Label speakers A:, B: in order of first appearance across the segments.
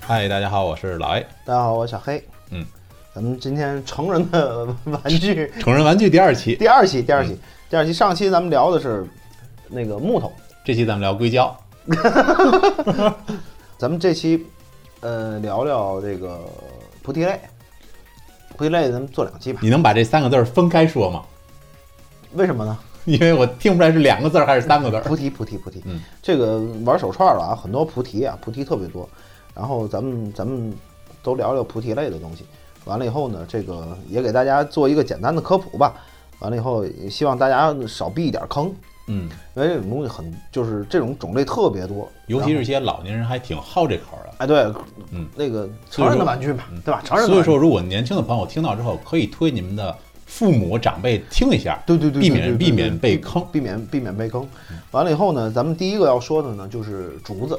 A: 嗨，大家好，我是老 A。
B: 大家好，我是小黑。
A: 嗯，
B: 咱们今天成人的玩具
A: 成人玩具第二期，
B: 第二期，第二
A: 嗯
B: 期，第二期。上期咱们聊的是那个木头，
A: 这期咱们聊硅胶。
B: 咱们这期呃聊聊这个菩提类。菩提类咱们做两期吧？
A: 你能把这三个字儿分开说吗？ 嗯
B: 为什么呢？
A: 因为我听不出来是两个字儿还是三个字儿。
B: 菩提，菩提，菩提。
A: 嗯
B: 这个玩手串了啊，很多菩提啊，菩提特别多。然后咱们咱们都聊聊菩提类的东西。完了以后呢，这个也给大家做一个简单的科普吧。完了以后，也希望大家少避一点坑，
A: 嗯，
B: 因为这种东西很就是这种种类特别多，
A: 尤其
B: 然
A: 是
B: 后
A: 些老年人还挺好这口儿的。
B: 哎对，
A: 嗯，
B: 那个成人的玩具嘛，对吧？成人的
A: 所以
B: 玩具
A: 说，如果年轻的朋友听到之后，可以推你们的父母长辈听一下，
B: 对对对，
A: 避
B: 对对
A: 免
B: 对
A: 避免
B: 对
A: 被
B: 避
A: 坑。
B: 避免避免被坑。
A: 嗯
B: 完了以后呢，咱们第一个要说的呢就是竹子，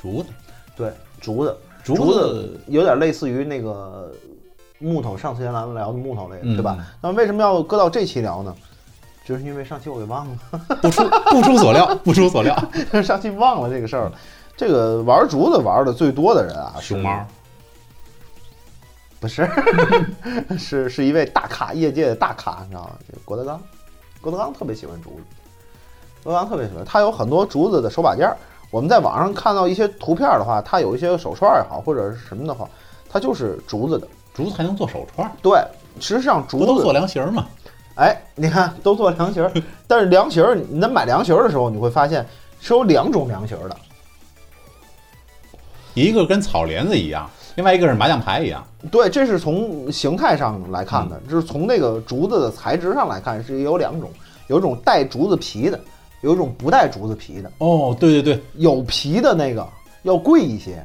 A: 竹子，
B: 对，竹子，
A: 竹
B: 竹
A: 子
B: 有点类似于那个木头，上次咱们聊的木头类的，
A: 嗯
B: 对吧？那为什么要搁到这期聊呢？就是因为上期我给忘了，
A: 不出不出所料， 不出所料。
B: 上期忘了这个事儿了。这个玩竹子玩的最多的人啊，是
A: 熊猫，
B: 不是， 是是一位大咖，业界的大咖，你知道吗？这个郭德纲，郭德纲特别喜欢竹子，郭德纲特别喜欢，他有很多竹子的手把件儿。我们在网上看到一些图片的话，他有一些手串儿也好，或者是什么的话，它就是竹子的。
A: 竹子还能做手串儿，
B: 对，实际上
A: 不
B: 竹
A: 都
B: 子
A: 做凉席儿吗？
B: 哎，你看都做凉席儿，但是凉席儿，你在买凉席儿的时候，你会发现是有两种凉席儿的。
A: 一个跟草帘子一样，另外一个是麻将牌一样。
B: 对，这是从形态上来看的，就是从那个竹子的材质上来看是有两种，有一种带竹子皮的，有一种不带竹子皮的。
A: 哦，对对对，
B: 有皮的那个要贵一些，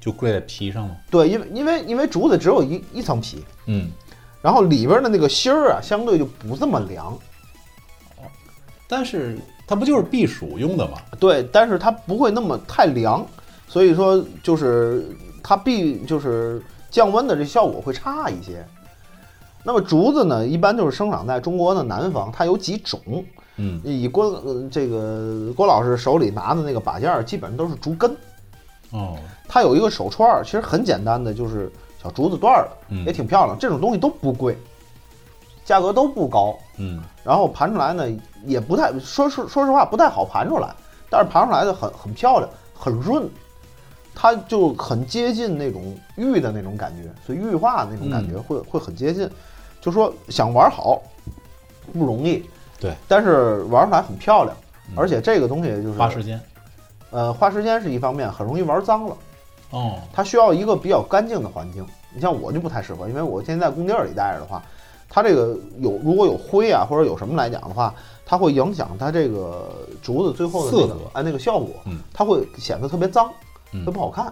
A: 就跪在皮上了。
B: 对，因为因为因为竹子只有一一层皮，
A: 嗯，
B: 然后里边的那个芯儿啊，相对就不这么凉。
A: 但是它不就是避暑用的吗？
B: 对，但是它不会那么太凉，所以说就是它必就是降温的这效果会差一些。那么竹子呢，一般就是生长在中国的南方，它有几种。
A: 嗯，
B: 以郭呃这个郭老师手里拿的那个把件儿，基本上都是竹根。
A: 哦，
B: 它有一个手串儿，其实很简单的，就是小竹子段儿的，
A: 嗯
B: 也挺漂亮。这种东西都不贵，价格都不高。
A: 嗯，
B: 然后盘出来呢，也不太说说说实话不太好盘出来，但是盘出来的很很漂亮，很润，它就很接近那种玉的那种感觉，所以玉化那种感
A: 嗯
B: 觉会、会很接近。就说想玩好不容易，
A: 对，
B: 但是玩出来很漂亮，
A: 嗯
B: 而且这个东西就是
A: 花时间。
B: 呃花时间是一方面，很容易玩脏了，
A: 哦，
B: 它需要一个比较干净的环境。你像我就不太适合，因为我天天在工地儿里待着的话，它这个有如果有灰啊或者有什么来讲的话，它会影响它这个竹子最后的那
A: 色
B: 个
A: 泽
B: 哎那个效果
A: 嗯，
B: 它会显得特别脏，
A: 嗯
B: 它不好看。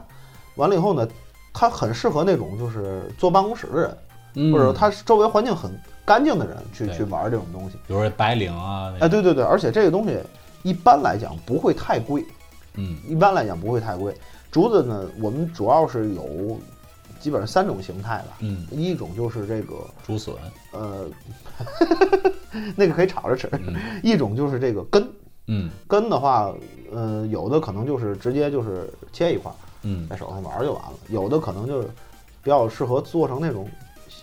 B: 完了以后呢，它很适合那种就是坐办公室的人，
A: 嗯
B: 或者说他周围环境很干净的人去
A: 对
B: 去玩这种东西。
A: 比如说白领啊，那种，
B: 哎，对对对，而且这个东西一般来讲不会太贵，
A: 嗯
B: 一般来讲不会太贵。竹子呢，我们主要是有基本上三种形态吧，
A: 嗯，
B: 一种就是这个
A: 竹笋，
B: 呃， 那个可以炒着吃，
A: 嗯
B: 一种就是这个根。
A: 嗯
B: 根的话，呃，有的可能就是直接就是切一块儿
A: 嗯，
B: 在手上玩儿就完了，有的可能就是比较适合做成那种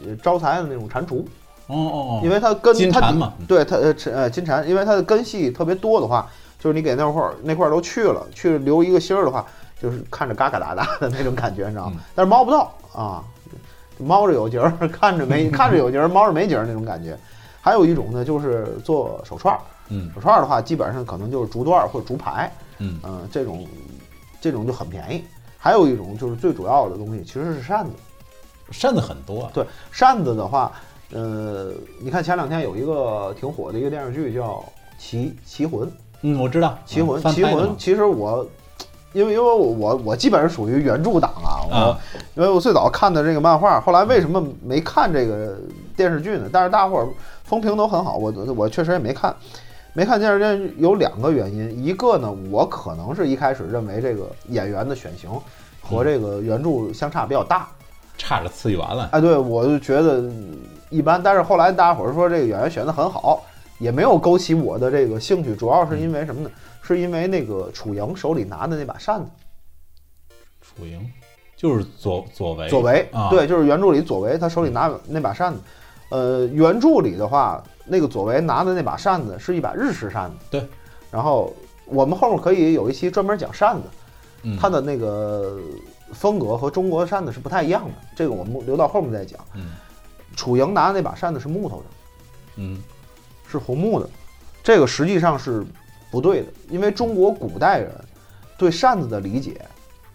B: 呃招财的那种蟾蜍，
A: 哦哦，
B: 因
A: 为
B: 为它根
A: 金
B: 它
A: 蝉嘛，嗯
B: 对它呃吃呃金蝉，因为它的根系特别多的话，就是你给那块儿那块儿都去了，去留一个芯儿的话，就是看着嘎嘎哒哒的那种感觉，你知道吗
A: 嗯？
B: 但是猫不到啊，猫着有节儿， 看 着没看着有节儿，猫着没节儿那种感觉。还有一种呢，就是做手串儿，
A: 嗯
B: 手串儿的话，基本上可能就是竹段儿或者竹牌，
A: 嗯
B: 嗯、这种这种就很便宜。还有一种就是最主要的东西其实是扇子，
A: 扇子很多，啊
B: 对扇子的话，呃，你看前两天有一个挺火的一个电视剧叫《棋棋魂》，
A: 嗯，我知道，
B: 《棋魂》
A: 嗯翻
B: 棋
A: 拍的
B: 魂
A: 嘛》
B: 其实我，因为因为我我我基本上属于原著党啊，我、
A: 啊
B: 因为我最早看的这个漫画，后来为什么没看这个电视剧呢？但是大伙儿风评都很好，我我确实也没看，没看电视剧有两个原因，一个呢，我可能是一开始认为这个演员的选型和这个原著相差比较大，
A: 差着次元了，
B: 哎，对，我就觉得一般，但是后来大家伙儿说这个演员选的很好，也没有勾起我的这个兴趣，主要是因为什么呢？是因为那个楚莹手里拿的那把扇子，
A: 楚莹，就是左左为
B: 左为
A: 啊，，
B: 对，就是原著里左为他手里拿那把扇子，呃，原著里的话，那个左为拿的那把扇子是一把日式扇子，
A: 对。
B: 然后我们后面可以有一期专门讲扇子，
A: 嗯
B: 它的那个风格和中国扇子是不太一样的，这个我们留到后面再讲。
A: 嗯
B: 楚莹拿的那把扇子是木头的，
A: 嗯
B: 是红木的，这个实际上是不对的，因为中国古代人对扇子的理解，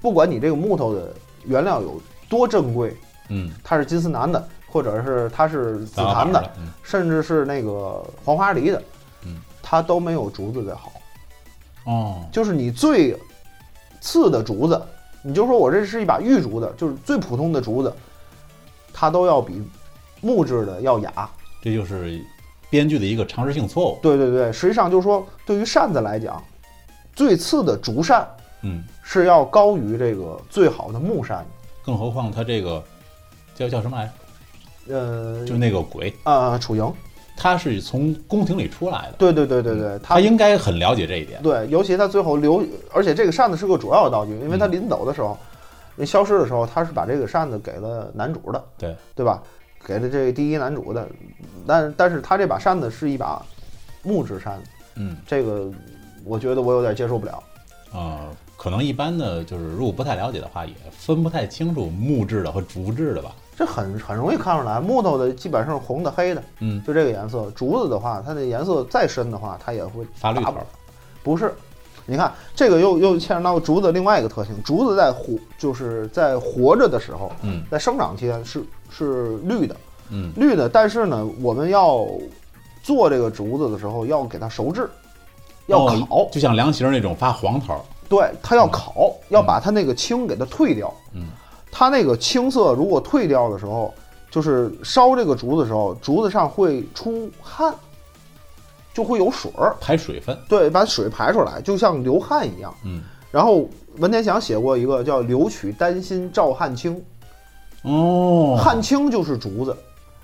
B: 不管你这个木头的原料有多珍贵，
A: 嗯，
B: 它是金丝楠的，或者是它是紫
A: 打
B: 檀
A: 板
B: 的，
A: 的，嗯
B: 甚至是那个黄花梨的
A: 嗯，
B: 它都没有竹子的好。
A: 哦，
B: 就是你最次的竹子，你就说我这是一把玉竹子，就是最普通的竹子，它都要比木质的要雅。
A: 这就是编剧的一个常识性错误，
B: 对对对，实际上就是说，对于扇子来讲，最次的竹扇
A: 嗯，
B: 是要高于这个最好的木扇
A: 更何况他这个叫叫什么来着？
B: 的。呃
A: 就是那个鬼，
B: 啊，楚莹，
A: 他是从宫廷里出来的，
B: 对对对对对，他
A: 他嗯应该很了解这一点，
B: 对，尤其他最后留，而且这个扇子是个主要的道具，因为他
A: 嗯
B: 临走的时候，那、消失的时候，他是把这个扇子给了男主的，
A: 对
B: 对吧？给了这第一男主的，但但是他这把扇子是一把木质扇，
A: 嗯
B: 这个我觉得我有点接受不了。
A: 呃，可能一般的就是如果不太了解的话，也分不太清楚木质的和竹制的吧，
B: 这很很容易看出来，木头的基本上是红的、黑的，
A: 嗯，
B: 就这个颜色。竹子的话，它的颜色再深的话，它也会
A: 发绿头儿，
B: 不是，你看这个又又牵扯到竹子另外一个特性，竹子在活就是在活着的时候，
A: 嗯
B: 在生长期间是是绿的，
A: 嗯
B: 绿的。但是呢，我们要做这个竹子的时候，要给它熟制，要
A: 哦
B: 烤，
A: 就像凉席儿那种发黄头儿，
B: 对，它要烤，要把它那个青给它退掉。
A: 嗯，
B: 它那个青色如果退掉的时候，就是烧这个竹子的时候，竹子上会出汗，就会有水儿，
A: 排水分，
B: 对，把水排出来，就像流汗一样。
A: 嗯，
B: 然后文天祥写过一个叫《留取丹心照汗青》，
A: 哦，
B: 汗青就是竹子，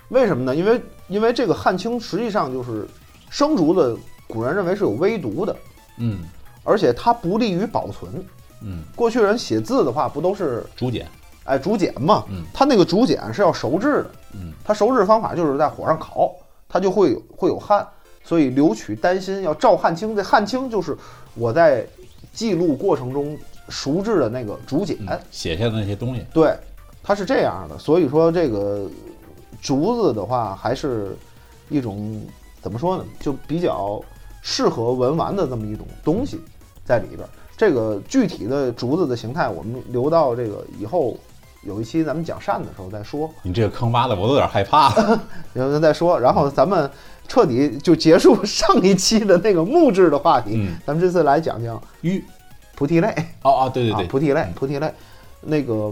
B: 为什么呢？因为因为这个汗青实际上就是生竹子，古人认为是有微毒的，
A: 嗯
B: 而且它不利于保存。
A: 嗯，
B: 过去人写字的话，不都是
A: 竹简，
B: 哎竹简嘛？
A: 嗯
B: 它那个竹简是要熟制的，
A: 嗯，
B: 它熟制方法就是在火上烤，它就会有会有汗，所以留取丹心要照汗青。这汗青就是我在记录过程中熟制的那个竹简。
A: 嗯写下的那些东西，
B: 对，它是这样的。所以说这个竹子的话，还是一种怎么说呢，就比较适合文玩的这么一种东西在里边儿。这个具体的竹子的形态，我们留到这个以后有一期咱们讲扇的时候再说，
A: 你这个坑挖的我都有点害怕 了，
B: 然后再说。然后咱们彻底就结束上一期的那个木质的话题，
A: 嗯，
B: 咱们这次来讲讲
A: 玉，
B: 菩提类。
A: 哦哦，对
B: 啊
A: 对，对，
B: 菩提类
A: 嗯，
B: 菩提类，那个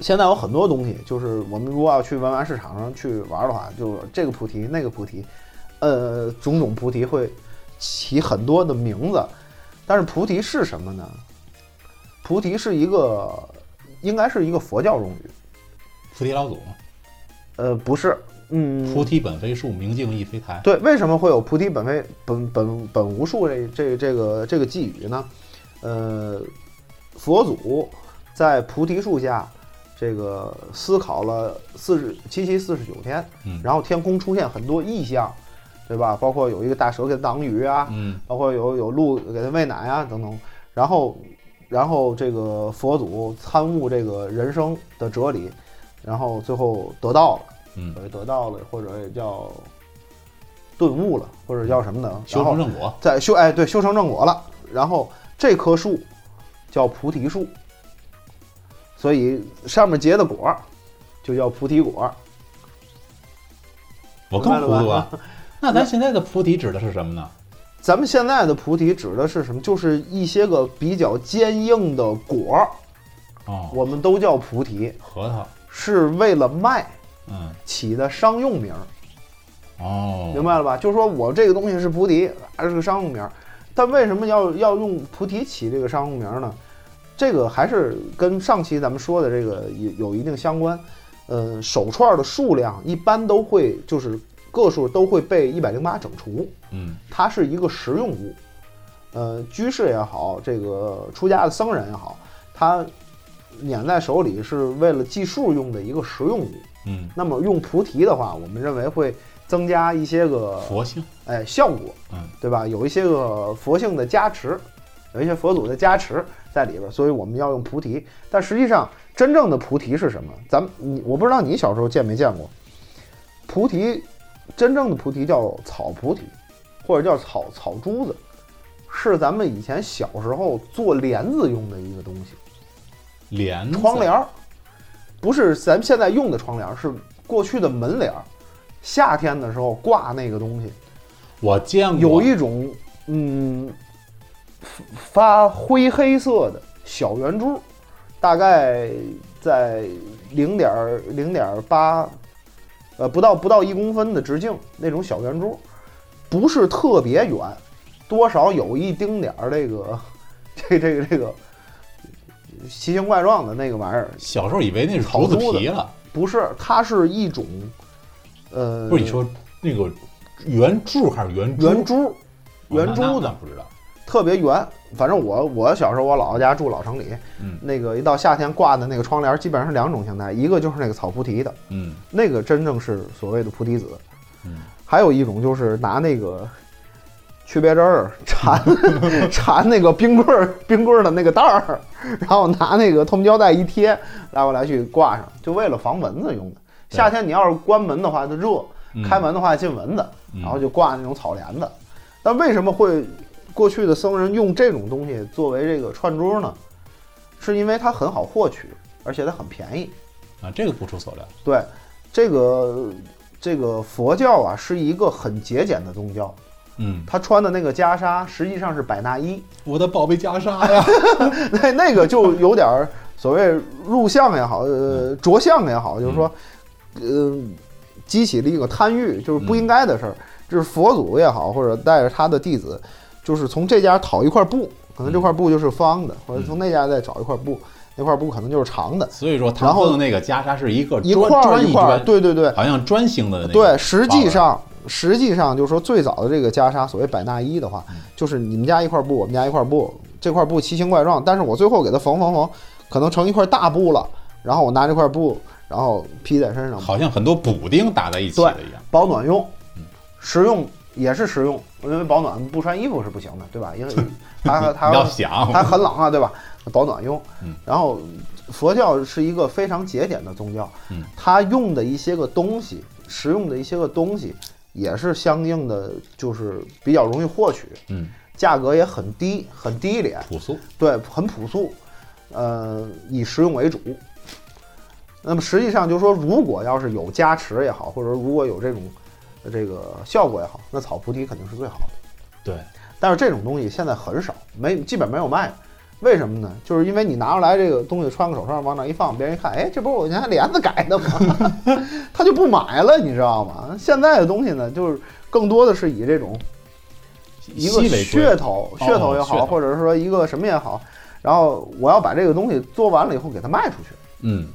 B: 现在有很多东西，就是我们如果要去文玩市场上去玩的话，就是这个菩提那个菩提，呃，种种菩提会起很多的名字，但是菩提是什么呢？菩提是一个，应该是一个佛教用语，
A: 菩提老祖嘛，
B: 呃，不是，嗯，
A: 菩提本非树，明镜亦非台，
B: 对，为什么会有菩提本非本本本无树这这这个这个寄语呢？呃，佛祖在菩提树下这个思考了四十七七四十九天，
A: 嗯
B: 然后天空出现很多异象，对吧？包括有一个大蛇给它挡雨啊，
A: 嗯
B: 包括有有鹿给它喂奶啊等等。然后，然后这个佛祖参悟这个人生的哲理，然后最后得到了。
A: 嗯，
B: 所谓得到了，或者叫顿悟了，或者叫什么呢？
A: 修成
B: 然后
A: 正果，
B: 在修哎对，修成正果了。然后这棵树叫菩提树，所以上面结的果儿就叫菩提果儿。
A: 我更糊涂
B: 明白了
A: 了。那咱现在的菩提指的是什么呢？
B: 咱们现在的菩提指的是什么？就是一些个比较坚硬的果儿，
A: 哦，
B: 我们都叫菩提，
A: 核桃，
B: 是为了卖
A: 嗯，
B: 起的商用名儿。
A: 哦，
B: 明白了吧？就是说我这个东西是菩提，还是个商用名儿，但为什么要要用菩提起这个商用名儿呢？这个还是跟上期咱们说的这个有有一定相关。呃，手串儿的数量一般都会就是个数都会被一百零八整除，
A: 嗯
B: 它是一个实用物。呃，居士也好，这个出家的僧人也好，他捻在手里是为了计数用的一个实用武。
A: 嗯，
B: 那么用菩提的话，我们认为会增加一些个
A: 佛性，
B: 哎效果，
A: 嗯，
B: 对吧？有一些个佛性的加持，有一些佛祖的加持在里边儿，所以我们要用菩提。但实际上，真正的菩提是什么？咱们你我不知道你小时候见没见过，菩提，真正的菩提叫草菩提，或者叫草草珠子，是咱们以前小时候做帘子用的一个东西。
A: 帘子
B: 窗帘儿，不是咱们现在用的窗帘儿，是过去的门帘儿。夏天的时候挂那个东西，
A: 我见过，
B: 有一种嗯发灰黑色的小圆珠，大概在零点零点八，呃不到不到一公分的直径那种小圆珠，不是特别圆，多少有一丁点儿这个 这这个这个奇形怪状的那个玩意儿，
A: 小时候以为那是竹子皮了，
B: 不是，它是一种，呃，
A: 不是你说哦那个圆柱还是圆珠？
B: 圆珠，圆珠
A: 的
B: 的
A: 不知道，
B: 特别圆。反正我我小时候我姥姥家住老城里，
A: 嗯
B: 那个一到夏天挂的那个窗帘，基本上是两种形态，一个就是那个草菩提的，
A: 嗯
B: 那个真正是所谓的菩提子，
A: 嗯，
B: 还有一种就是拿那个去别针儿缠 缠那个冰棍儿冰棍儿的那个袋儿，然后拿那个透明胶带一贴，来回来去挂上，就为了防蚊子用的。
A: 对
B: 夏天你要是关门的话，它热。
A: 嗯
B: 开，门的话进蚊子，
A: 嗯
B: 然后就挂那种草帘子。但为什么会过去的僧人用这种东西作为这个串珠呢？是因为它很好获取，而且它很便宜。
A: 啊，这个不出所料，
B: 对，这个这个佛教啊是一个很节俭的宗教，
A: 嗯，
B: 他穿的那个袈裟实际上是百纳衣，
A: 我的宝贝袈裟 呀，
B: 那那个就有点儿所谓入相也好，呃，着相也好，就是说，呃，激起了一个贪欲，就是不应该的事儿。就是佛祖也好，或者带着他的弟子，就是从这家讨一块布，可能这块布就是方的，或者从那家再找一块布，那块布可能就是长的，
A: 所以说
B: 然
A: 唐
B: 后
A: 僧的那个袈裟是一啊个
B: 一
A: 砖
B: 块儿
A: 砖
B: 一块儿，
A: 砖，
B: 对对对，
A: 好像砖形的那个，
B: 对，实际上实际上就是说，最早的这个袈裟，所谓百纳衣的话
A: 嗯，
B: 就是你们家一块布，我们家一块布，这块布奇形怪状，但是我最后给它缝缝缝，可能成一块大布了，然后我拿这块布，然后披在身上，
A: 啊好像很多补丁打在一起的一样，
B: 保暖用
A: 嗯，
B: 实用也是实用，因为保暖不穿衣服是不行的，对吧？因为它它
A: 你要 想，
B: 它很冷啊，对吧？保暖用
A: 嗯。
B: 然后佛教是一个非常节俭的宗教
A: 嗯，
B: 它用的一些个东西，实用的一些个东西，也是相应的，就是比较容易获取，
A: 嗯，
B: 价格也很低，很低廉，
A: 朴素，
B: 对，很朴素，呃，以实用为主。那么实际上就是说，如果要是有加持也好，或者如果有这种这个效果也好，那草菩提肯定是最好的。
A: 对，
B: 但是这种东西现在很少，没基本没有卖。为什么呢？就是因为你拿出来这个东西，穿个手串往那一放，别人一看，哎，这不是我家帘子改的吗？ 他就不买了，你知道吗？现在的东西呢，就是更多的是以这种一个
A: 西北规
B: 噱头、
A: 哦
B: 噱头也
A: 噱
B: 好，
A: 头
B: 或者是说一个什么也好，然后我要把这个东西做完了以后给它卖出去，
A: 嗯，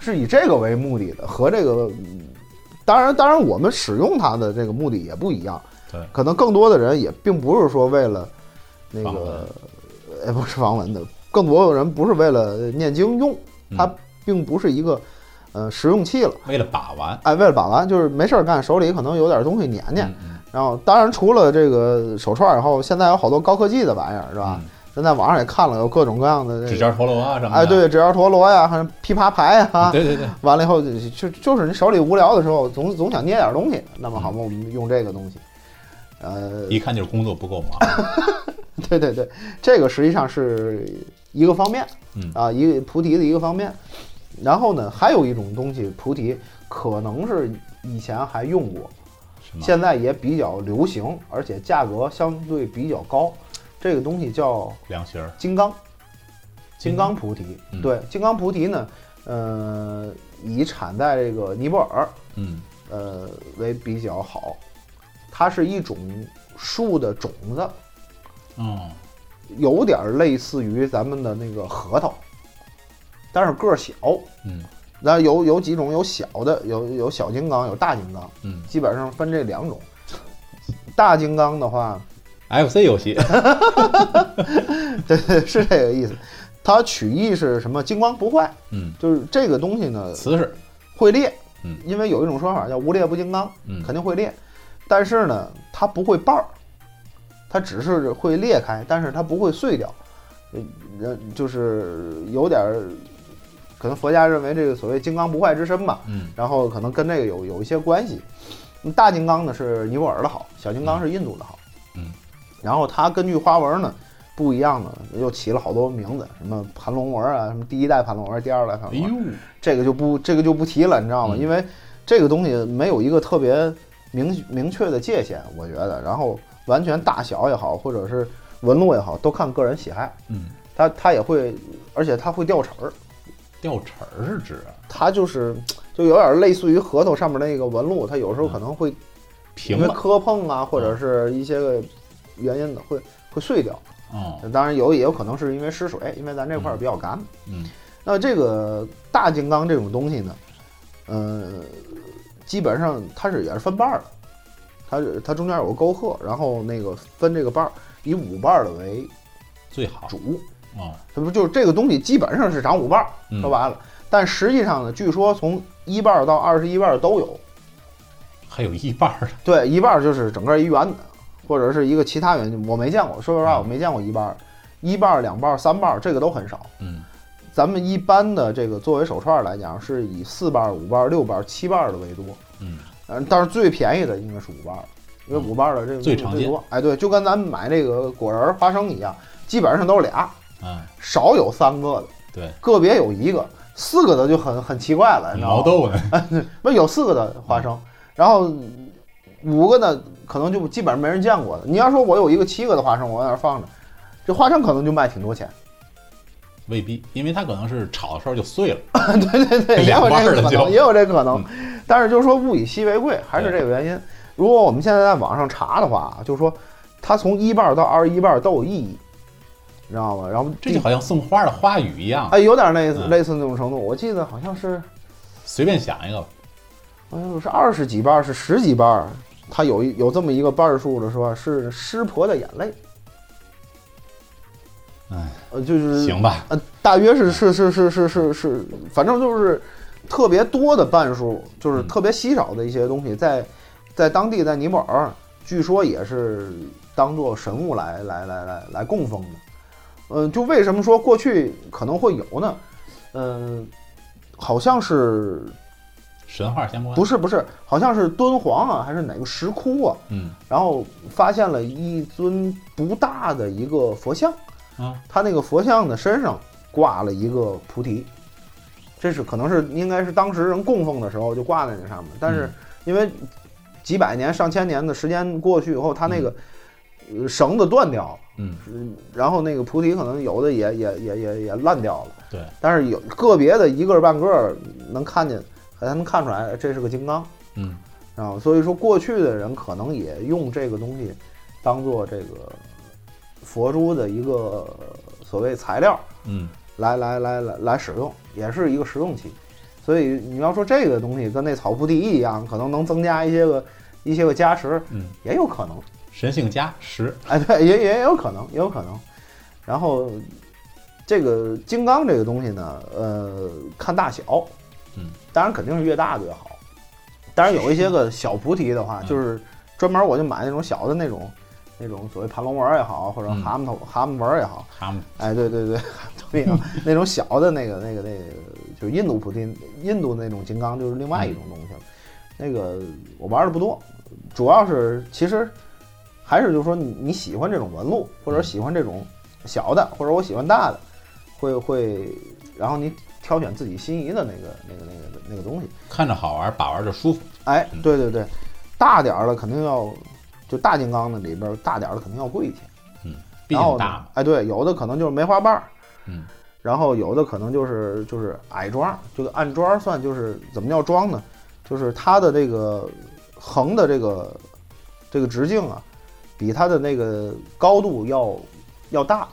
B: 是以这个为目的的，和这个，嗯当然，当然我们使用它的这个目的也不一样。
A: 对
B: 可能更多的人也并不是说为了那
A: 防
B: 个，呃，不是防蚊的，更多的人不是为了念经用，
A: 嗯
B: 它并不是一个，呃，实用器了。
A: 为了把玩，
B: 哎，为了把玩，就是没事儿干，手里可能有点东西粘粘。
A: 嗯嗯
B: 然后，当然除了这个手串儿以后，现在有好多高科技的玩意儿，是吧？咱在网上也看了，有各种各样的、这个。
A: 指尖陀螺嗯啊什么的，
B: 哎，对，啊指尖陀螺呀，还有琵琶牌呀，
A: 对对对，
B: 完了以后就就就是你手里无聊的时候，总总想捏点东西。那么好
A: 嗯
B: 嘛，我们用这个东西，呃，
A: 一看就是工作不够 忙，
B: 对对对，这个实际上是一个方面，
A: 嗯
B: 啊，一个菩提的一个方面。然后呢，还有一种东西，菩提可能是以前还用过，
A: 是吗？
B: 现在也比较流行，而且价格相对比较高。这个东西叫
A: 凉席儿，
B: 金刚，
A: 金
B: 金
A: 刚
B: 刚菩提。
A: 嗯
B: 对，金刚菩提呢，呃，以产在这个尼泊尔，
A: 嗯
B: 呃为比较好。它是一种树的种子，
A: 哦，
B: 有点儿类似于咱们的那个核桃，但是个儿小。
A: 嗯
B: 那有有几种，有小的，有有小金刚，有大金刚，
A: 嗯
B: 基本上分这两种。大金刚的话，
A: ，FC 游戏，
B: 对，是这个意思。它取意是什么？金刚不坏，
A: 嗯，
B: 就是这个东西呢
A: 瓷实，
B: 会裂，
A: 嗯，
B: 因为有一种说法叫无裂不金刚，
A: 嗯
B: 肯定会裂，但是呢，它不会爆儿，它只是会裂开，但是它不会碎掉，呃，呃就是有点儿，可能佛家认为这个所谓金刚不坏之身吧，
A: 嗯
B: 然后可能跟这个有有一些关系。嗯大金刚呢是尼泊尔的好，小金刚是印度的好。
A: 嗯，
B: 然后它根据花纹呢不一样呢，又起了好多名字，什么盘龙纹啊，什么第一代盘龙纹、第二代盘
A: 哎
B: 龙纹，
A: 呦，
B: 这个就不这个就不提了，你知道吗？
A: 嗯
B: 因为这个东西没有一个特别明明确的界限，我觉得，然后完全大小也好，或者是纹路也好，都看个人喜爱。
A: 嗯，
B: 它它也会，而且它会掉齿儿，
A: 掉齿儿是指啊
B: 它就是就有点类似于核桃上面那个纹路，它有时候可能会
A: 嗯平
B: 因为
A: 了，嗯
B: 磕碰啊，或者是一些个原因的会会碎掉。
A: 哦，
B: 当然有也有可能是因为失水，因为咱这块儿比较干。
A: 嗯
B: 那这个大金刚这种东西呢，呃，基本上它是也是分瓣儿的，它是它中间有个沟壑，然后那个分这个瓣儿，以五瓣儿的为
A: 最好
B: 主，
A: 哦，
B: 它不就是这个东西基本上是长五瓣儿，
A: 嗯
B: 说白了。但实际上呢，据说从一瓣儿到二十一瓣儿都有，
A: 还有一半儿的，
B: 对，一半儿就是整个一圆的，或者是一个其他圆，我没见过。说实话，我没见过一半儿、一半儿、两半儿、三半儿，这个都很少。
A: 嗯
B: 咱们一般的这个作为手串儿来讲，是以四瓣儿、五瓣儿、六瓣儿、七瓣儿的为多。
A: 嗯，
B: 嗯，但是最便宜的应该是五瓣儿，因为
A: 嗯
B: 五瓣儿的这个
A: 最
B: 东西
A: 常
B: 最
A: 见
B: 多。哎，对，就跟咱们买那个果仁儿、花生一样，基本上都是俩，
A: 啊，
B: 少有三个的，
A: 对，
B: 个别有一个，四个的就很很奇怪了，你知道
A: 毛
B: 吗？
A: 豆呢？
B: 不有四个的花生，然后五个的可能就基本上没人见过的。你要说我有一个七个的花生，我在那儿放着，这花生可能就卖挺多钱。
A: 未必，因为它可能是炒的时候就碎
B: 哎
A: 了，
B: 对对对，也
A: 两
B: 有
A: 半
B: 这
A: 儿
B: 个
A: 了
B: 可
A: 就嗯
B: 能，也有这个可能。但是就是说物以稀为贵，还是
A: 对
B: 这个原因。如果我们现在在网上查的话，就是说它从一半儿到二十一半儿都有意义，你知道吗？然后
A: 这就好像送花的花语一样，
B: 哎，有点类似
A: 嗯
B: 类似那种程度。我记得好像是，
A: 随便想一个吧，
B: 哎呦，是二十几瓣儿，是十几瓣儿，它有一有这么一个瓣儿数的说是湿婆的眼泪。
A: 哎，
B: 呃，就是
A: 行吧，
B: 呃，大约是是是是是是是，反正就是特别多的半数，就是
A: 嗯
B: 特别稀少的一些东西，在在当地，在尼泊尔，据说也是当做神物来来来来来供奉的。嗯、就为什么说过去可能会有呢？嗯、好像是
A: 神话相关，
B: 不
A: 是，
B: 是不是，好像是敦煌啊，还是哪个石窟啊，
A: 嗯
B: 然后发现了一尊不大的一个佛像。
A: 啊，
B: 他那个佛像的身上挂了一个菩提，这是可能是应该是当时人供奉的时候就挂在那上面，但是
A: 嗯
B: 因为几百年、上千年的时间过去以后，他那个呃绳子断掉了，
A: 嗯，
B: 然后那个菩提可能有的也也也也也烂掉了，
A: 对，
B: 但是有个别的一个儿半个儿能看见，还能看出来哎这是个金刚。
A: 嗯
B: 啊，所以说过去的人可能也用这个东西当做这个佛珠的一个所谓材料
A: 嗯，
B: 来来来来来使用，也是一个实用器。所以你要说这个东西跟那草铺地一样，可能能增加一些个一些个加持，
A: 嗯，
B: 也有可能。
A: 神性加十，
B: 哎，对，也也有可能，也有可能。然后这个金刚这个东西呢，呃，看大小，
A: 嗯，
B: 当然肯定是越大的越好。当然有一些个小菩提的话，
A: 嗯
B: 就是专门我就买那种小的那种，那种所谓盘龙纹儿也好，或者
A: 嗯
B: 蛤蟆头、蛤蟆纹儿也好，
A: 他们
B: 哎，对对对，对 呀，那种小的那个那个那个，就是印度菩提，印度那种金刚就是另外一种东西了。那个我玩的不多，主要是其实还是就是说你你喜欢这种纹路，或者
A: 嗯
B: 喜欢这种小的，或者我喜欢大的，会会，然后你挑选自己心仪的那个那个那个那个东西。
A: 看着好玩，把玩着舒服，
B: 哎
A: 嗯，
B: 对对对，大点儿的肯定要，就大金刚的里边儿大点儿的肯定要贵一些。
A: 毕
B: 然
A: 竟
B: 后呢
A: 大嘛，
B: 哎，对，有的可能就是梅花瓣儿，
A: 嗯，
B: 然后有的可能就是就是矮桩，这个按桩算就是怎么叫桩呢？就是它的这个横的这个这个直径啊，比它的那个高度要要大，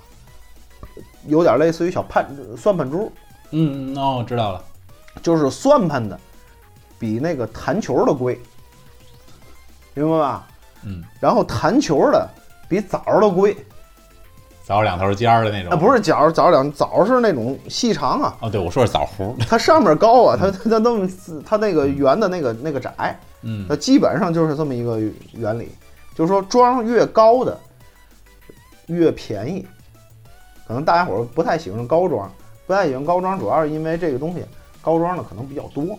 B: 有点类似于小判算盘珠，
A: 嗯，哦，知道了，
B: 就是算盘的比那个弹球的贵，明白吧？
A: 嗯，
B: 然后弹球的比枣儿的贵，
A: 枣儿两头尖儿的那种。
B: 啊，不是角枣两枣是那种细长啊，
A: 哦，对，我说是枣核。
B: 它上面高啊，它它它那么它那个圆的那个那个窄，
A: 嗯
B: 它基本上就是这么一个原理，就是说桩越高的越便宜，可能大家伙儿不太喜欢高桩，不太喜欢高桩，主要是因为这个东西高桩的可能比较多，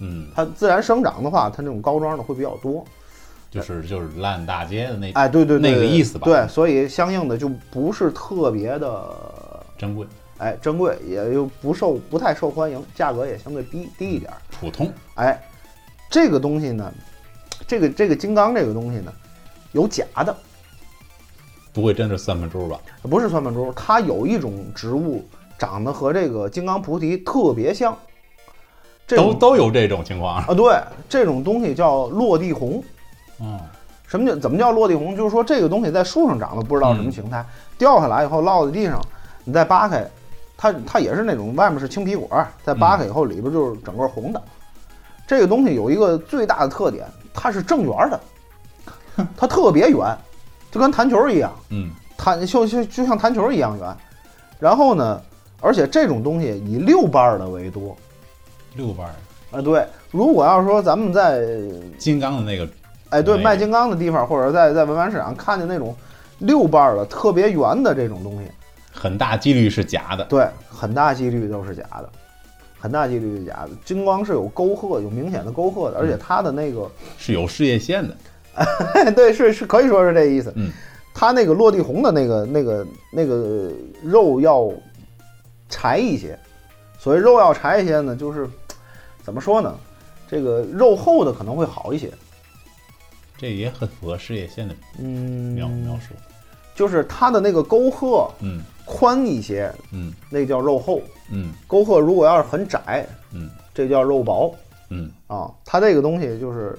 A: 嗯，
B: 它自然生长的话，它这种高桩的会比较多，
A: 就是就是烂大街的那
B: 哎，对对对，
A: 那个
B: 对
A: 意思吧
B: 对，所以相应的就不是特别的
A: 珍贵
B: 哎珍贵，也就不受不太受欢迎，价格也相对低低一点。儿。
A: 普通，
B: 哎，这个东西呢，这个这个金刚这个东西呢，有假的，
A: 不会真是三分猪吧？
B: 不是酸板珠，它有一种植物长得和这个金刚菩提特别像，这
A: 都
B: 种
A: 都有这种情况。
B: 啊对，这种东西叫落地红。
A: 嗯，
B: 什么叫怎么叫落地红？就是说这个东西在树上长的，不知道什么形态，掉下来以后落在地上，你再扒开，它它也是那种外面是青皮果，再扒开以后里边就是整个红的。这个东西有一个最大的特点，它是正圆的，它特别圆，就跟弹球一样，
A: 嗯，
B: 弹就就就像弹球一样圆。然后呢，而且这种东西以六瓣儿的为多。
A: 六瓣儿
B: 啊，对，如果要是说咱们在
A: 金刚的那个，
B: 哎，对，
A: 那
B: 卖
A: 个
B: 金刚的地方，或者在在文玩市场看见那种六瓣儿的特别圆的这种东西，
A: 很大几率是假的。
B: 对，很大几率都是假的，很大几率是假的。金刚是有沟壑，有明显的沟壑的，而且它的那个，
A: 是有事业线的，
B: 对，是是可以说是这意思。
A: 嗯，
B: 它那个落地红的那个那个那个肉要柴一些，所谓肉要柴一些呢，就是怎么说呢？这个肉厚的可能会好一些，
A: 这也很符合事业线的
B: 嗯，
A: 描描述。
B: 就是它的那个沟壑
A: 嗯
B: 宽一些，
A: 嗯
B: 那叫肉厚；
A: 嗯
B: 沟壑如果要是很窄，
A: 嗯
B: 这叫肉薄
A: 嗯，
B: 啊。它这个东西就是，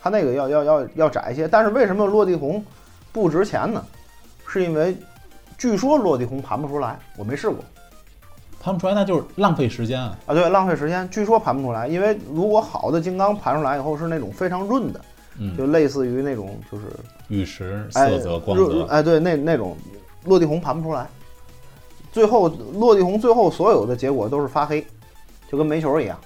B: 它那个要要要要窄一些。但是为什么落地红不值钱呢？是因为据说落地红盘不出来，我没试过
A: 盘不出来那就是浪费时间啊。
B: 啊。对，浪费时间，据说盘不出来，因为如果好的金刚盘出来以后是那种非常润的，
A: 嗯，
B: 就类似于那种就是
A: 玉石
B: 哎
A: 色泽光
B: 润
A: 泽，
B: 哎，对，那那种落地红盘不出来。最后落地红最后所有的结果都是发黑，就跟煤球一样。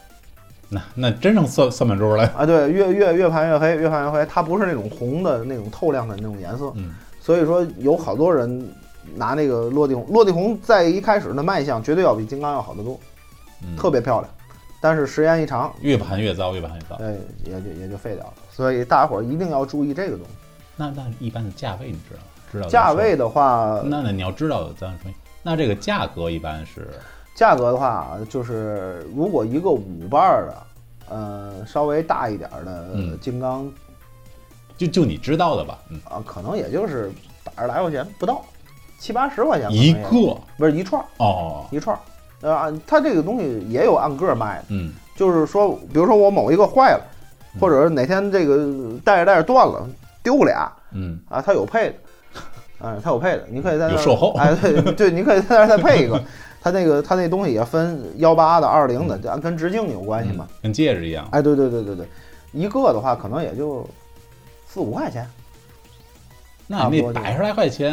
A: 那那真成算算盘珠了。
B: 啊，对，越越越盘越黑，越盘越黑，它不是那种红的那种透亮的那种颜色，
A: 嗯
B: 所以说有好多人拿那个落地红，落地红在一开始的卖相绝对要比金刚要好得多，
A: 嗯，
B: 特别漂亮，但是时间一长，
A: 越盘越糟，越盘越糟。
B: 哎，也就也就废掉了，所以大家伙儿一定要注意这个东西。那
A: 那那一般的价位你知道吗？知道咱
B: 价
A: 说
B: 位的话，
A: 那那你要知道咱说，那这个价格一般是
B: 价格的话，啊就是如果一个五瓣儿的，呃，稍微大一点儿的
A: 嗯
B: 金刚
A: 就就你知道的吧？嗯，
B: 啊，可能也就是百十来块钱不到，七八十块钱可能
A: 一
B: 也
A: 个
B: 不是一串儿。
A: 哦，
B: 一串儿。呃，按它这个东西也有按个儿卖的，
A: 嗯
B: 就是说，比如说我某一个坏了，
A: 嗯
B: 或者是哪天这个带着带着断了，丢俩
A: 嗯
B: 啊，它有配的，嗯，它有配的，你可以在那儿
A: 有售后
B: 哎，对对，你可以在那儿再配一个。它那个它那东西也分幺八的、二零的，这跟直径有关系嘛
A: 嗯？，跟戒指一样，
B: 哎，对对对对对，一个的话可能也就四五块钱，
A: 那你
B: 差不多
A: 那
B: 就
A: 百十来块钱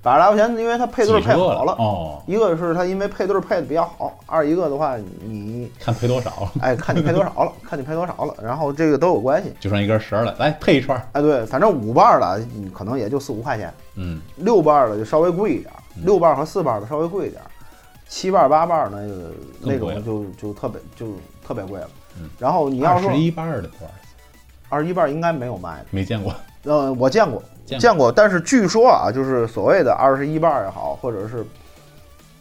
B: 百十来块钱，因为它配对儿
A: 几
B: 配
A: 折
B: 好了，
A: 哦，
B: 一个是它因为配对儿配的比较好，二一个的话你
A: 看赔多少，
B: 哎，看你配多少了，看你配多少了，然后这个都有关系。
A: 就剩一根绳儿了，来配一串儿，
B: 哎，对，反正五瓣儿的嗯可能也就四五块钱，
A: 嗯
B: 六瓣儿的就稍微贵一点儿，
A: 嗯
B: 六瓣儿和四瓣儿的稍微贵一点儿，七瓣儿八瓣儿那个那
A: 更贵了
B: 种就就特别就特别贵了。
A: 嗯
B: 然后你要说
A: 二十一瓣儿的多少钱？
B: 二十一瓣儿应该没有卖的，
A: 没见过，
B: 呃，我见过
A: 见过
B: 见过，但是据说啊，就是所谓的二十一瓣儿也好，或者是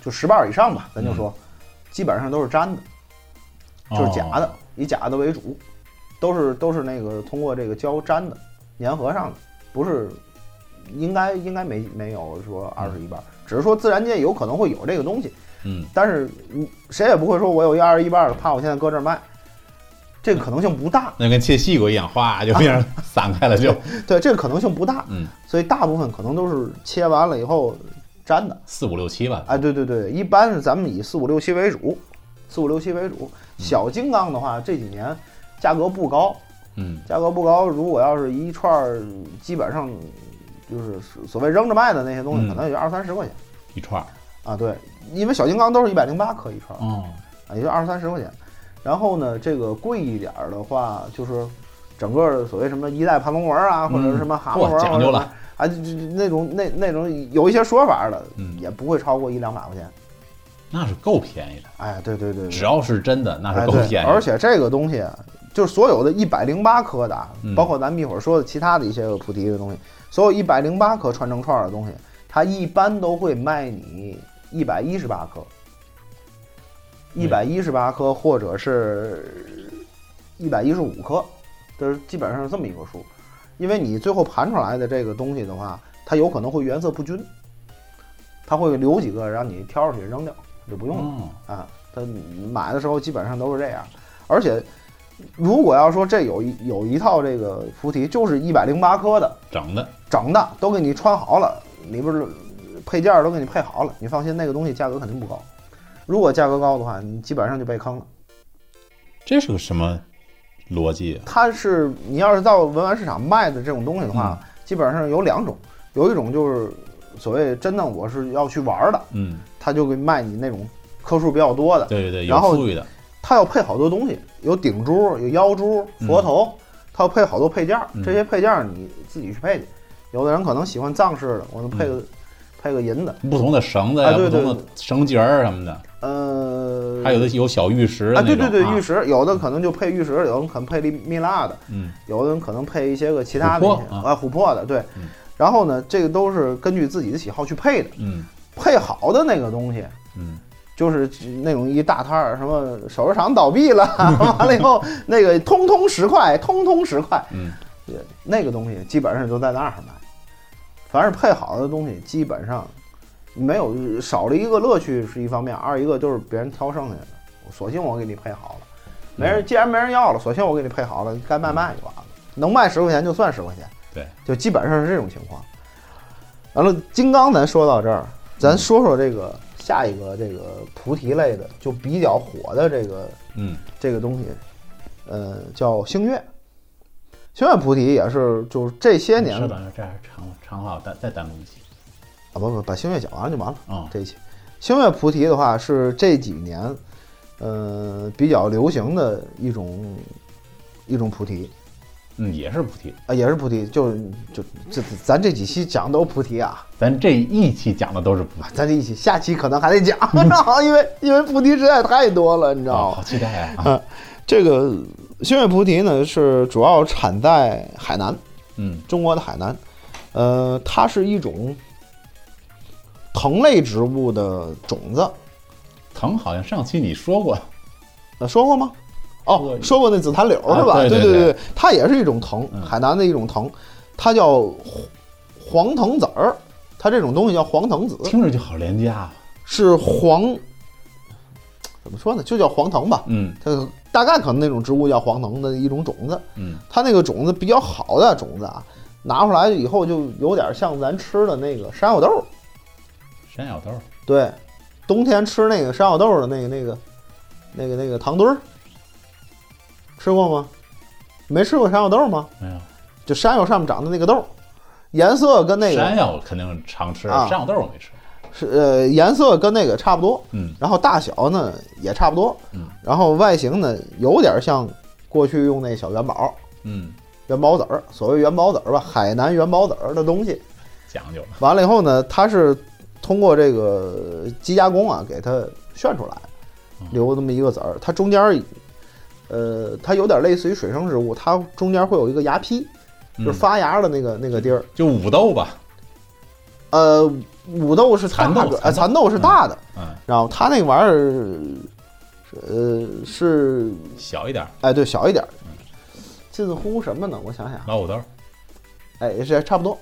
B: 就十瓣儿以上吧，咱就说，
A: 嗯
B: 基本上都是粘的。 就是假的，
A: 哦
B: 以假的为主，都是都是那个通过这个胶粘的、粘合上的，不是应该应该没没有说二十一半儿，只是说自然界有可能会有这个东西，
A: 嗯，
B: 但是你谁也不会说我有一二十一半儿的，怕我现在搁这儿卖，这个可能性不大，
A: 那跟切西瓜一样，哗就变成散开了，就
B: 对，这个可能性不大，
A: 嗯，
B: 所以大部分可能都是切完了以后粘的。
A: 四五六七吧，
B: 哎，对对对，一般是咱们以四五六七为主，四五六七为主。小金刚的话，这几年价格不高，
A: 嗯
B: 价格不高，如果要是一串儿，基本上就是所谓扔着卖的那些东西，
A: 嗯
B: 可能也就二三十块钱
A: 一串儿，
B: 啊。对，因为小金刚都是一百零八克一串儿
A: 哦，
B: 啊，也就二三十块钱。然后呢，这个贵一点儿的话，就是整个所谓什么一代盘龙纹儿啊，或者是什么蛤蟆纹
A: 嚯
B: 儿，
A: 嗯讲究
B: 或者什么
A: 了
B: 啊，就就就那种那那种有一些说法的，
A: 嗯
B: 也不会超过一两百块钱。
A: 那是够便宜的，
B: 哎，对对对对，
A: 只要是真的，那
B: 哎
A: 是够
B: 对
A: 便宜的。
B: 而且这个东西啊，就是所有的一百零八颗的啊
A: 嗯，
B: 包括咱们一会儿说的其他的一些个菩提的东西，所有一百零八颗串成串儿的东西，它一般都会卖你一百一十八颗，
A: 嗯
B: 一百一十八颗或者是一百一十五颗，就是基本上是这么一个数。因为你最后盘出来的这个东西的话，它有可能会原色不均，它会留几个让你挑出去扔掉，就不用了。
A: 哦，
B: 啊，他买的时候基本上都是这样。而且，如果要说这有一有一套这个菩提，就是一百零八颗的，
A: 整的
B: 整的都给你穿好了，里边儿的配件儿都给你配好了，你放心，那个东西价格肯定不高。如果价格高的话，你基本上就被坑了。
A: 这是个什么逻辑啊？
B: 它是你要是到文玩市场卖的这种东西的话，基本上有两种，有一种就是所谓真的我是要去玩儿的，
A: 嗯，
B: 他就给卖你那种颗数比较多的，
A: 对对对，有
B: 然后
A: 富裕的，
B: 它要配好多东西，有顶珠，有腰珠、佛头，它要配好多配件儿
A: 嗯。
B: 这些配件儿你自己去配去。有的人可能喜欢藏式的，我能配个、
A: 嗯
B: 配个银的，
A: 不同的绳子呀、
B: 啊对对
A: 不同的绳结儿什么的，
B: 呃，
A: 还有的有小玉石的
B: 啊，
A: 那
B: 对
A: 种
B: 对对，
A: 啊
B: 玉石，有的可能就配玉石，有的人可能配蜜蜜蜡的，
A: 嗯，
B: 有的人可能配一些个其他的
A: 琥
B: 一
A: 珀
B: 些
A: 啊
B: 啊琥珀的，对
A: 嗯。
B: 然后呢，这个都是根据自己的喜好去配的，
A: 嗯
B: 配好的那个东西，
A: 嗯，
B: 就是那种一大摊儿，什么首饰厂倒闭了， 完了以后那个通通十块，通通十块，
A: 嗯，
B: 那个东西基本上就在那儿买。凡是配好的东西，基本上没有少了一个乐趣是一方面，二一个就是别人挑剩下的，索性我给你配好了，没人既然没人要了，索性我给你配好了，该卖卖就完了，能卖十块钱就算十块钱，
A: 对，
B: 就基本上是这种情况。完了，金刚咱说到这儿，咱说说这个下一个这个菩提类的就比较火的这个
A: 嗯
B: 这个东西，呃，叫星月。星月菩提也是，就是这些年
A: 稍
B: 啊，
A: 等一下，这样长长话单再单录一期
B: 不不，把星月讲完就完了。
A: 啊，
B: 这一期星月菩提的话是这几年，呃，比较流行的一种一种菩提
A: 嗯，也是菩提。
B: 啊、也是菩提，就是就这咱这几期讲都菩提啊，
A: 咱这一期讲的都是菩提，
B: 啊咱这一期下期可能还得 讲，你知道吗？因为因为菩提实在太多了，你知道
A: 啊，
B: 吗？
A: 好期待啊！
B: 啊这个星月菩提呢是主要产在海南。
A: 嗯
B: 中国的海南，呃，它是一种藤类植物的种子。
A: 藤好像上期你说过，
B: 呃，说过吗？哦
A: 说，
B: 说过那紫檀柳
A: 啊
B: 是吧？
A: 对对
B: 对
A: 对
B: 对，它也是一种藤
A: 嗯，
B: 海南的一种藤，它叫黄黄藤子儿，它这种东西叫黄藤子，
A: 听着就好廉价啊。
B: 是黄，怎么说呢？就叫黄藤吧。
A: 嗯
B: 它大概可能那种植物叫黄藤的一种种子，
A: 嗯，
B: 它那个种子比较好的种子啊，拿出来以后就有点像咱吃的那个山药豆儿。
A: 山药豆儿，
B: 对，冬天吃那个山药豆的那个那个那个那个糖墩儿，吃过吗？没吃过山药豆吗？
A: 没有
B: 就山药上面长的那个豆儿，颜色跟那个
A: 山药肯定常吃，
B: 啊
A: 山药豆儿我没吃。
B: 是呃颜色跟那个差不多，
A: 嗯
B: 然后大小呢也差不多
A: 嗯，
B: 然后外形呢有点像过去用那小元宝、
A: 嗯，
B: 元宝籽儿，所谓元宝籽儿吧，海南元宝籽儿的东西。
A: 讲究了。
B: 完了以后呢，它是通过这个机加工啊，给它炫出来
A: 嗯，
B: 留这么一个籽儿。它中间儿，呃，它有点类似于水生植物，它中间会有一个芽坯，就是
A: 嗯
B: 发芽的那个那个地儿。
A: 就五豆吧，
B: 呃，武豆是
A: 蚕
B: 大
A: 豆
B: 个，呃，
A: 蚕
B: 蚕豆是大的，
A: 嗯，
B: 然后它那玩意儿，呃，是
A: 小一点儿，
B: 哎对，小一点儿，近乎什么呢？我想想，
A: 老五豆儿。
B: 哎，是差不多，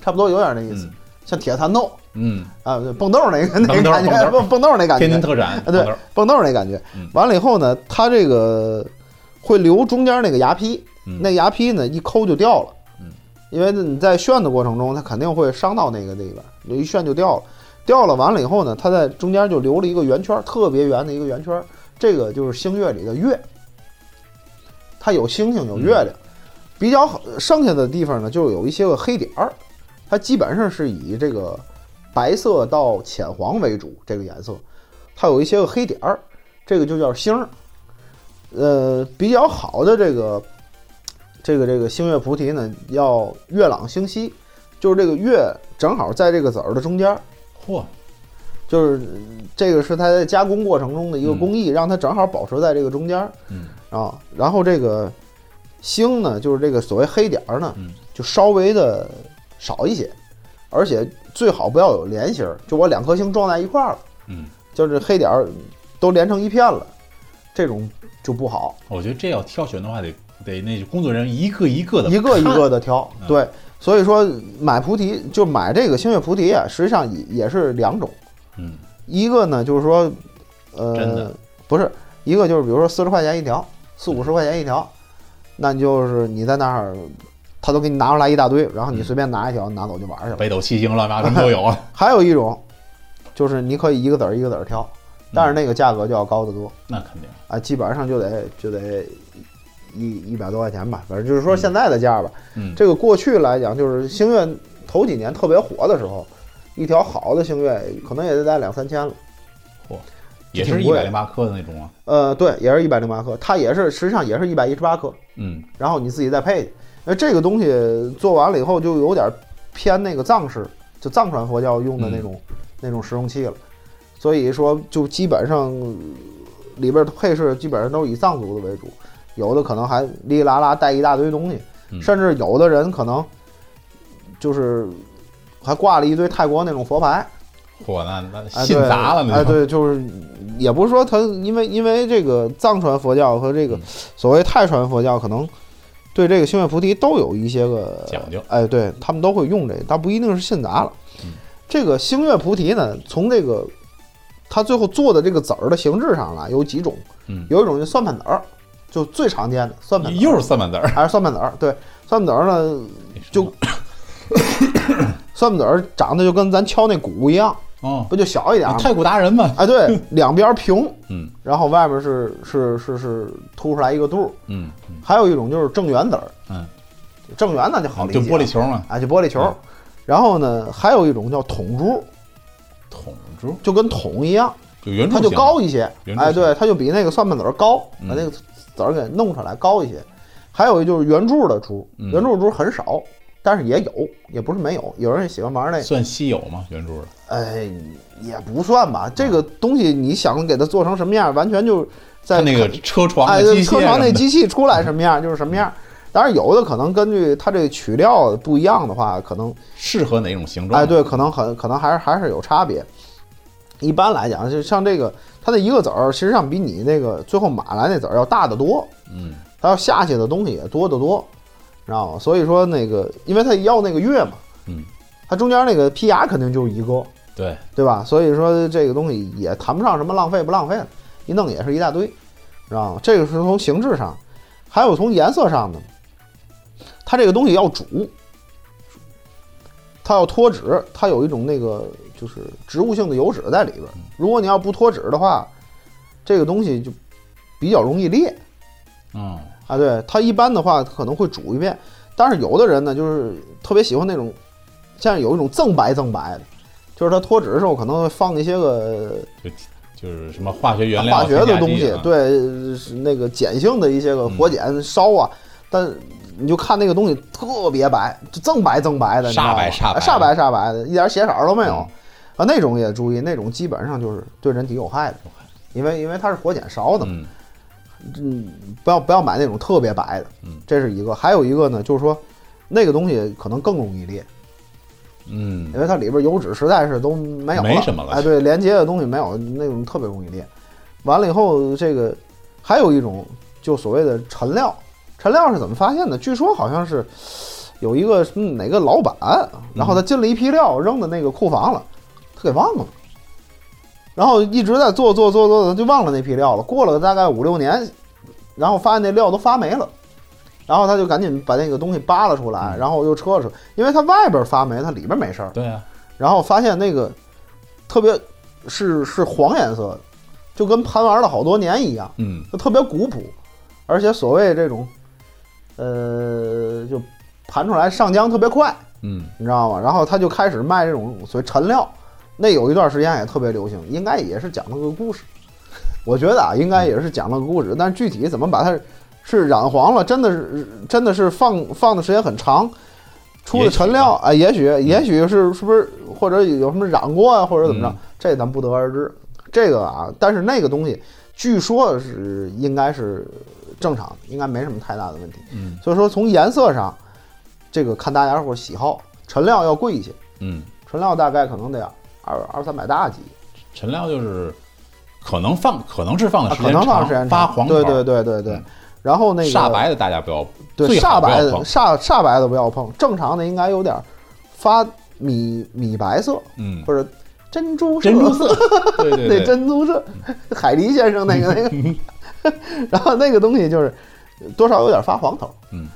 B: 差不多有点那意思
A: 嗯，
B: 像铁蚕豆
A: 嗯，
B: 啊，对蹦豆儿那个那
A: 蹦
B: 个
A: 豆儿
B: 感觉，
A: 蹦豆儿
B: 蹦蹦豆儿那感觉，
A: 天津特产
B: 啊，对
A: 豆儿
B: 蹦豆儿那感觉
A: 嗯。
B: 完了以后呢，它这个会留中间那个牙坯，
A: 嗯
B: 那牙坯呢一抠就掉了
A: 嗯，
B: 因为你在旋的过程中，它肯定会伤到那个地方，你一旋就掉了，掉了完了以后呢，它在中间就留了一个圆圈儿，特别圆的一个圆圈儿，这个就是星月里的月，
A: 嗯
B: 它有星星有月亮，比较好，剩下的地方呢就有一些个黑点儿，它基本上是以这个白色到浅黄为主这个颜色，它有一些个黑点儿，这个就叫星儿。呃，比较好的这个这个这个星月菩提呢，要月朗星稀，就是这个月正好在这个籽儿的中间儿，
A: 嚯，
B: 就是嗯这个是它在加工过程中的一个工艺，让它正好保持在这个中间儿
A: 嗯
B: 啊。然后这个星呢，就是这个所谓黑点儿呢，
A: 嗯
B: 就稍微的少一些，而且最好不要有连星儿，就我两颗星撞在一块儿了，
A: 嗯，
B: 就是黑点儿都连成一片了，这种就不好。
A: 我觉得这要挑选的话，得得那工作人员一个一个的，
B: 一个一个的挑
A: 嗯。
B: 对，所以说买菩提就买这个星月菩提啊，实际上也也是两种，
A: 嗯
B: 一个呢就是说，
A: 真
B: 呃
A: 的，
B: 不是一个就是比如说四十块钱一条，四五十块钱一条，那就是你在那儿。他都给你拿出来一大堆，然后你
A: 嗯
B: 随便拿一条拿走就玩去了。
A: 北斗七星乱八什么都有啊。
B: 还有一种，就是你可以一个籽儿一个籽儿挑，但
A: 嗯
B: 是那个价格就要高得多。
A: 那肯定，
B: 啊，基本上就得就得一一百多块钱吧，反正就是说现在的价吧。
A: 嗯，
B: 这个过去来讲，就是星月头几年特别火的时候，一条好的星月可能也得在两三千了。
A: 也是
B: 挺
A: 一
B: 贵
A: 百零八克的那种啊。
B: 呃，对，也是一百零八克，它也是实际上也是一百一十八克，
A: 嗯，
B: 然后你自己再配去。那这个东西做完了以后，就有点偏那个藏式，就藏传佛教用的那种、那种食用器了。所以说，就基本上呃里边儿的配饰基本上都是以藏族的为主，有的可能还哩哩啦啦带一大堆东西，
A: 嗯
B: 甚至有的人可能就是还挂了一堆泰国那种佛牌，
A: 嚯，那那
B: 哎，
A: 信
B: 对
A: 砸了那
B: 哎，
A: 就。
B: 对，就是也不是说他因为因为这个藏传佛教和这个
A: 嗯
B: 所谓泰传佛教可能对这个星月菩提都有一些个
A: 讲究
B: 哎，对他们都会用这个，但不一定是信杂了。
A: 嗯
B: 这个星月菩提呢，从这个它最后做的这个籽儿的形制上啊来有几种，
A: 嗯，
B: 有一种就蒜瓣籽儿，就最常见的蒜瓣籽儿，
A: 又是三板子儿，
B: 还是蒜瓣籽儿，对，蒜瓣籽儿呢，就蒜瓣籽儿长得就跟咱敲那鼓一样，
A: 哦，
B: 不就小一点儿吗？
A: 太古达人嘛。
B: 哎，对，两边儿平，
A: 嗯
B: 然后外面是是是是凸出来一个肚儿。
A: 嗯嗯
B: 还有一种就是正圆籽儿，
A: 嗯，
B: 正圆那就好理解
A: 哦就
B: 了，
A: 玻璃球嘛，
B: 啊，就玻璃球。
A: 嗯
B: 然后呢，还有一种叫筒珠，
A: 筒珠
B: 就跟筒一样，
A: 就圆柱
B: 它
A: 形
B: 就高一些，
A: 圆柱
B: 哎，
A: 形
B: 对，它就比那个蒜瓣籽儿高，
A: 嗯
B: 把那个籽儿给弄出来高一些。还有一就是圆柱的珠，
A: 嗯
B: 圆柱的珠很少，但是也有，也不是没有，有人喜欢玩那个，
A: 算稀有嘛，圆柱的。
B: 哎，也不算吧。这个东西你想给它做成什么样，完全就是在
A: 它那个车床
B: 哎，
A: 的
B: 对
A: 机械
B: 车
A: 什
B: 床
A: 么的，
B: 那机器出来什么样就是什么样。当然，有的可能根据它这个取料不一样的话，可能
A: 适合哪种形状？
B: 哎，对，可能很可能还是还是有差别。一般来讲，就像这个，它的一个籽儿，实际上比你那个最后买来那籽儿要大得多，
A: 嗯，
B: 它要下去的东西也多得多，知道吗？所以说那个，因为它要那个月嘛，
A: 嗯，
B: 它中间那个胚芽肯定就是一个，
A: 对，
B: 对吧？所以说这个东西也谈不上什么浪费不浪费了，一弄也是一大堆，知道吗？这个是从形制上，还有从颜色上的，它这个东西要煮，它要脱脂，它有一种那个就是植物性的油脂在里边儿。如果你要不脱脂的话，这个东西就比较容易裂
A: 嗯，
B: 啊。对，它一般的话可能会煮一遍，但是有的人呢，就是特别喜欢那种，像有一种锃白锃白的。就是它脱脂的时候，可能会放一些个
A: 就是什么化学原料、
B: 化学
A: 添
B: 的
A: 加
B: 东
A: 剂
B: 西
A: 啊，嗯
B: 对，是那个碱性的一些个火碱烧啊，但你就看那个东西特别白，就锃白锃白的，你知道吗啊
A: 煞白煞白的
B: 煞白煞白的，一点血色儿都没有
A: 嗯
B: 啊。那种也注意，那种基本上就是对人体有害的
A: 有害，
B: 因为因为它是火碱烧的嘛，
A: 嗯
B: 嗯，不要不要买那种特别白的
A: 嗯，
B: 这是一个。还有一个呢，就是说那个东西可能更容易裂，因
A: 嗯，
B: 为它里边油脂实在是都没有
A: 没什么了
B: 哎，对，连接的东西没有，那种特别容易裂。完了以后，这个还有一种就所谓的陈料，陈料是怎么发现的？据说好像是有一个什么哪个老板，然后
A: 嗯
B: 他进了一批料，扔到那个库房了，他给忘了。然后一直在做做做做，他就忘了那批料了。过了大概五六年，然后发现那料都发霉了，然后他就赶紧把那个东西扒拉出来，
A: 嗯
B: 然后又撤出，因为它外边发霉，它里边没事儿。
A: 对啊，
B: 然后发现那个特别是是黄颜色的，就跟盘玩了好多年一样，
A: 嗯，
B: 就特别古朴。而且所谓这种，呃，就盘出来上浆特别快，
A: 嗯
B: 你知道吗？然后他就开始卖这种所谓陈料，那有一段时间也特别流行，应该也是讲了个故事。我觉得啊，应该也是讲了个故事，但具体怎么把它是染黄了，真的是真的是放放的时间很长，出的陈料啊，也许也许是是不是或者有什么染过啊，或者怎么着，
A: 嗯
B: 这咱不得而知。这个啊，但是那个东西据说是应该是正常的，应该没什么太大的问题。
A: 嗯
B: 所以说从颜色上，这个看大家伙儿喜好，陈料要贵一些，
A: 嗯，
B: 陈料大概可能得二二三百大几，
A: 陈料就是可能放，可能是放的
B: 啊
A: 时
B: 可
A: 间
B: 能
A: 长，
B: 放时间
A: 发
B: 长
A: 黄
B: 对
A: 团
B: 对对对对
A: 嗯。
B: 然后那个
A: 煞白的大家不要，
B: 对
A: 最好
B: 煞
A: 不要
B: 白的
A: 碰
B: 煞煞白的不要碰，正常的应该有点儿发米米白色
A: 嗯，
B: 或者珍珠色
A: 珍珠 色，对对
B: 对
A: 对，
B: 珍珠色，海狸先生那个那个， 然后那个东西就是多少有点发黄头，
A: 嗯，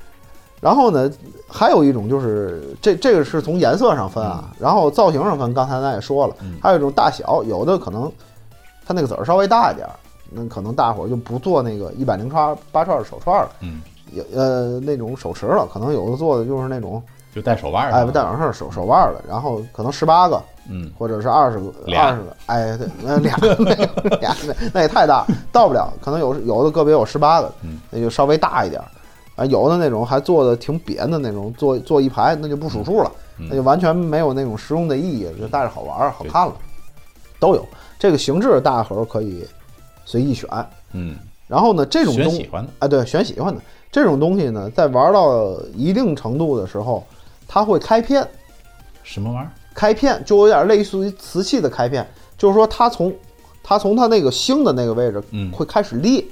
B: 然后呢，还有一种就是这这个是从颜色上分啊，然后造型上分，刚才咱也说了，
A: 嗯
B: 还有一种大小，有的可能它那个籽儿稍微大一点儿，那可能大伙儿就不做那个一百零串八串的手串了，
A: 嗯，
B: 有呃那种手持了，可能有的做的就是那种
A: 就戴手腕儿上，
B: 哎不戴手上手手腕儿的，然后可能十八个，
A: 嗯
B: 或者是二十个，
A: 俩
B: 二十个，哎，对，那俩 那俩那那也太大，到不了，可能有有的个别有十八个
A: 嗯，
B: 那就稍微大一点儿，啊，有的那种还做的挺扁的那种，做做一排那就不数数了，
A: 嗯
B: 那就完全没有那种实用的意义，就戴着好玩儿、好
A: 对
B: 看了，都有。这个形制大伙儿可以随意选，
A: 嗯，
B: 然后呢，这种
A: 选
B: 东
A: 喜欢的，
B: 啊，对，选喜欢的这种东西呢，在玩到一定程度的时候，它会开片。
A: 什么玩意儿？
B: 开片，就有点类似于瓷器的开片，就是说它从它从它那个星的那个位置
A: 嗯
B: 会开始裂，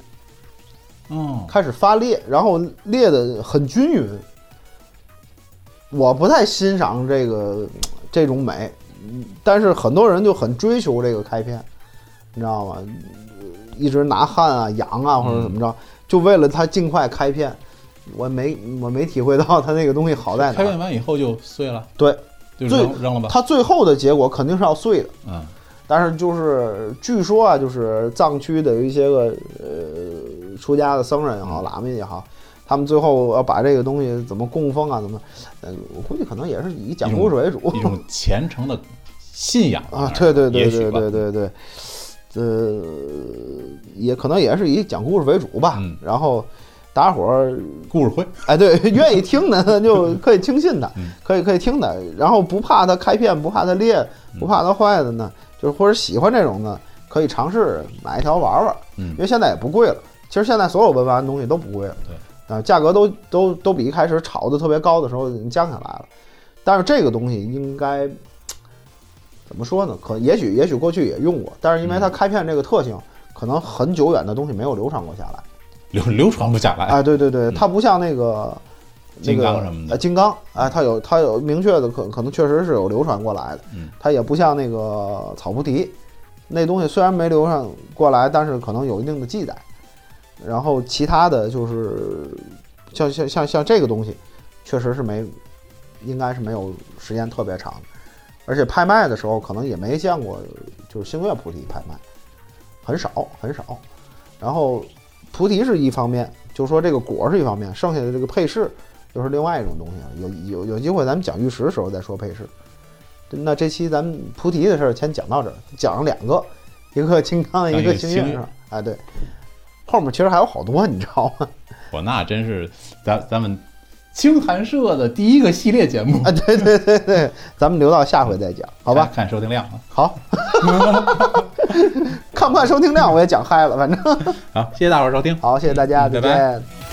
A: 哦，
B: 开始发裂，然后裂的很均匀。我不太欣赏这个这种美，嗯但是很多人就很追求这个开片，你知道吗？一直拿汗啊、痒啊或者怎么
A: 嗯
B: 着，就为了它尽快开片。我没我没体会到它那个东西好在哪
A: 开
B: 儿
A: 片，完以后就碎了，
B: 对，
A: 就
B: 啊最
A: 扔扔了吧，
B: 它最后的结果肯定是要碎的。
A: 嗯
B: 但是就是据说啊，就是藏区的有一些个呃出家的僧人也好，喇嘛也好，他们最后要把这个东西怎么供奉啊，怎么，呃，我估计可能也是 以讲故事为主
A: 一种虔诚的信仰
B: 啊，对对对
A: 也许
B: 对
A: 吧
B: 对对对，呃，也可能也是以讲故事为主吧
A: 嗯。
B: 然后大家伙儿
A: 故事会，
B: 哎，对，愿意听的他就可以听信他
A: 嗯，
B: 可以可以听的。然后不怕它开片，不怕它裂，
A: 嗯
B: 不怕它坏的呢，就是或者喜欢这种的，可以尝试买一条玩玩，
A: 嗯
B: 因为现在也不贵了。其实现在所有文玩的东西都不贵了，
A: 对
B: 啊，价格都都都比一开始炒的特别高的时候已经降下来了。但是这个东西应该怎么说呢？可也许也许过去也用过，但是因为
A: 嗯
B: 它开片这个特性，可能很久远的东西没有流传过下来。
A: 流 流传不下来，
B: 啊，对对对，
A: 嗯
B: 它不像那个那
A: 金
B: 个
A: 刚什么的
B: 呃金刚啊，它有它有明确的可可能确实是有流传过来的，
A: 嗯
B: 它也不像那个草菩提，那东西虽然没流传过来，但是可能有一定的记载。然后其他的就是像像像像这个东西，确实是没，应该是没有时间特别长的，而且拍卖的时候可能也没见过，就是星月菩提拍卖，很少很少。然后菩提是一方面，就是说这个果是一方面，剩下的这个配饰又是另外一种东西了。有有有机会咱们讲玉石的时候再说配饰。那这期咱们菩提的事儿先讲到这儿，讲了两个，一个金刚，
A: 讲
B: 一
A: 一个
B: 个星
A: 星
B: 月
A: 月
B: 是吧？哎，对，后面其实还有好多，你知道吗？
A: 我那真是咱咱们清谈社的第一个系列节目，
B: 啊，对对对对，咱们留到下回再讲，好吧？
A: 看看收听量啊，
B: 好，看不看收听量我也讲嗨了，反正
A: 好，谢谢大伙儿收听。
B: 好，谢谢大家，
A: 嗯拜
B: 再
A: 拜
B: 见。